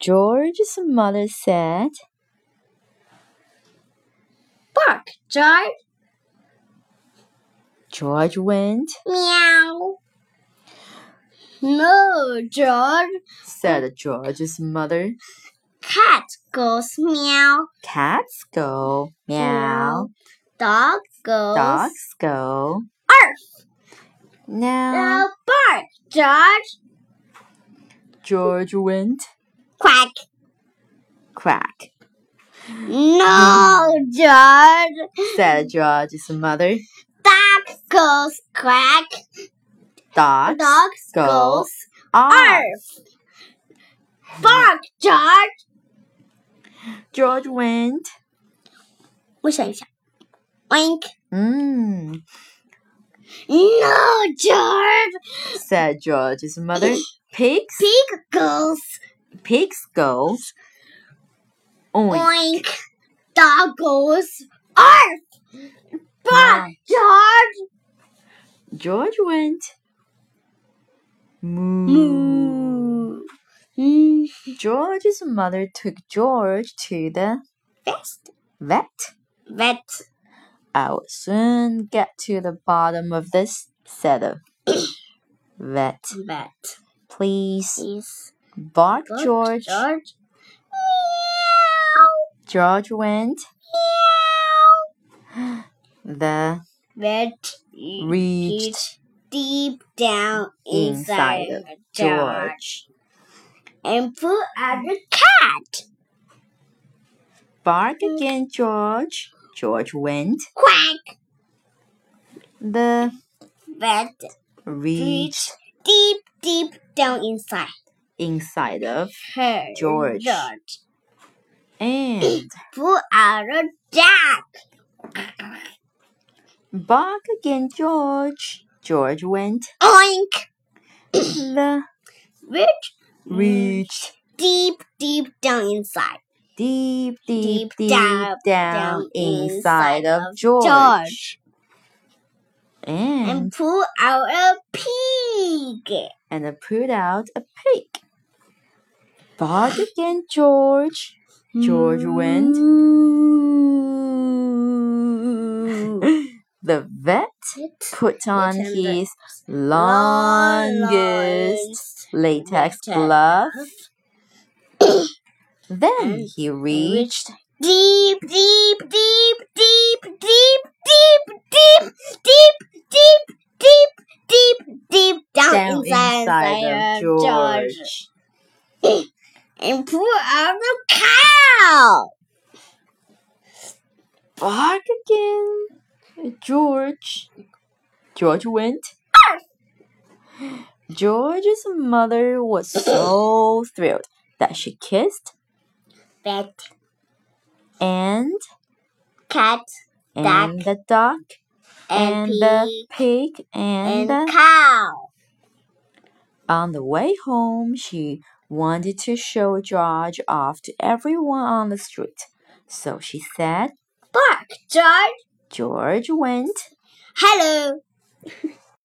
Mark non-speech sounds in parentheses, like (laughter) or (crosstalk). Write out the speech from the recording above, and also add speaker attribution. Speaker 1: George's mother said.
Speaker 2: Bark, George.
Speaker 1: George went,
Speaker 2: Meow. No, George.
Speaker 1: said George's mother.
Speaker 2: Cat goes meow.
Speaker 1: Cats go meow,
Speaker 2: Dog goes.
Speaker 1: dogs go
Speaker 2: Arf.
Speaker 1: now.
Speaker 2: Now bark, George.
Speaker 1: George went,
Speaker 2: Quack.
Speaker 1: quack,
Speaker 2: No, George.
Speaker 1: said George's mother.
Speaker 2: Dog goes quack.
Speaker 1: Dogs
Speaker 2: Dog
Speaker 1: go
Speaker 2: goes
Speaker 1: are.
Speaker 2: arf. Bark, George.
Speaker 1: George went,
Speaker 2: 我想一下。Wink.
Speaker 1: mmm,
Speaker 2: No, George.
Speaker 1: said George's mother. Pigs,
Speaker 2: Pig goes
Speaker 1: pigs go. Oink.
Speaker 2: oink. Dog goes arf. Bark, George.
Speaker 1: George went, moo.
Speaker 2: Moo. Mm.
Speaker 1: George's mother took George to the
Speaker 2: Best.
Speaker 1: vet.
Speaker 2: Vet.
Speaker 1: I will soon get to the bottom of this, said the (coughs) vet.
Speaker 2: Vet.
Speaker 1: Please
Speaker 2: Yes.
Speaker 1: bark,
Speaker 2: Bark,
Speaker 1: George.
Speaker 2: George. Meow.
Speaker 1: George went. The
Speaker 2: Vet.
Speaker 1: reached
Speaker 2: deep down
Speaker 1: Inside
Speaker 2: inside,
Speaker 1: of
Speaker 2: of George. And pull out the cat.
Speaker 1: bark again, George. George went.
Speaker 2: Quack.
Speaker 1: The
Speaker 2: Vet.
Speaker 1: reached
Speaker 2: Reach deep, deep down inside
Speaker 1: inside of
Speaker 2: her.
Speaker 1: George.
Speaker 2: George.
Speaker 1: and
Speaker 2: Pull out a dog.
Speaker 1: bark again, George. George went.
Speaker 2: Oink.
Speaker 1: The
Speaker 2: Reach
Speaker 1: reached
Speaker 2: deep, deep down inside.
Speaker 1: deep, deep,
Speaker 2: Deep
Speaker 1: deep, down,
Speaker 2: down- down
Speaker 1: inside,
Speaker 2: inside
Speaker 1: of
Speaker 2: of
Speaker 1: George.
Speaker 2: George.
Speaker 1: And Hmm.
Speaker 2: And pull out a pig.
Speaker 1: and I pulled out a pig. Bark again, George. George
Speaker 2: Mm.
Speaker 1: went. The vet put on
Speaker 2: Put on the
Speaker 1: his longest latex
Speaker 2: latex
Speaker 1: glove. (coughs) Then
Speaker 2: And
Speaker 1: he reached
Speaker 2: reached deep, deep, deep, deep, deep, deep, deep, deep, deep, deep, deep, deep down,
Speaker 1: down
Speaker 2: inside,
Speaker 1: inside of
Speaker 2: George.
Speaker 1: George.
Speaker 2: and pull out the cow.
Speaker 1: Bark again, George. George went. George's mother was so thrilled that she kissed
Speaker 2: That
Speaker 1: and
Speaker 2: cat
Speaker 1: and the duck and,
Speaker 2: and,
Speaker 1: the
Speaker 2: pig
Speaker 1: pig and,
Speaker 2: and, uh,
Speaker 1: the-
Speaker 2: cow.
Speaker 1: on the way home she wanted to show George off to everyone on the street. So she said
Speaker 2: Bark, George.
Speaker 1: George went
Speaker 2: Hello.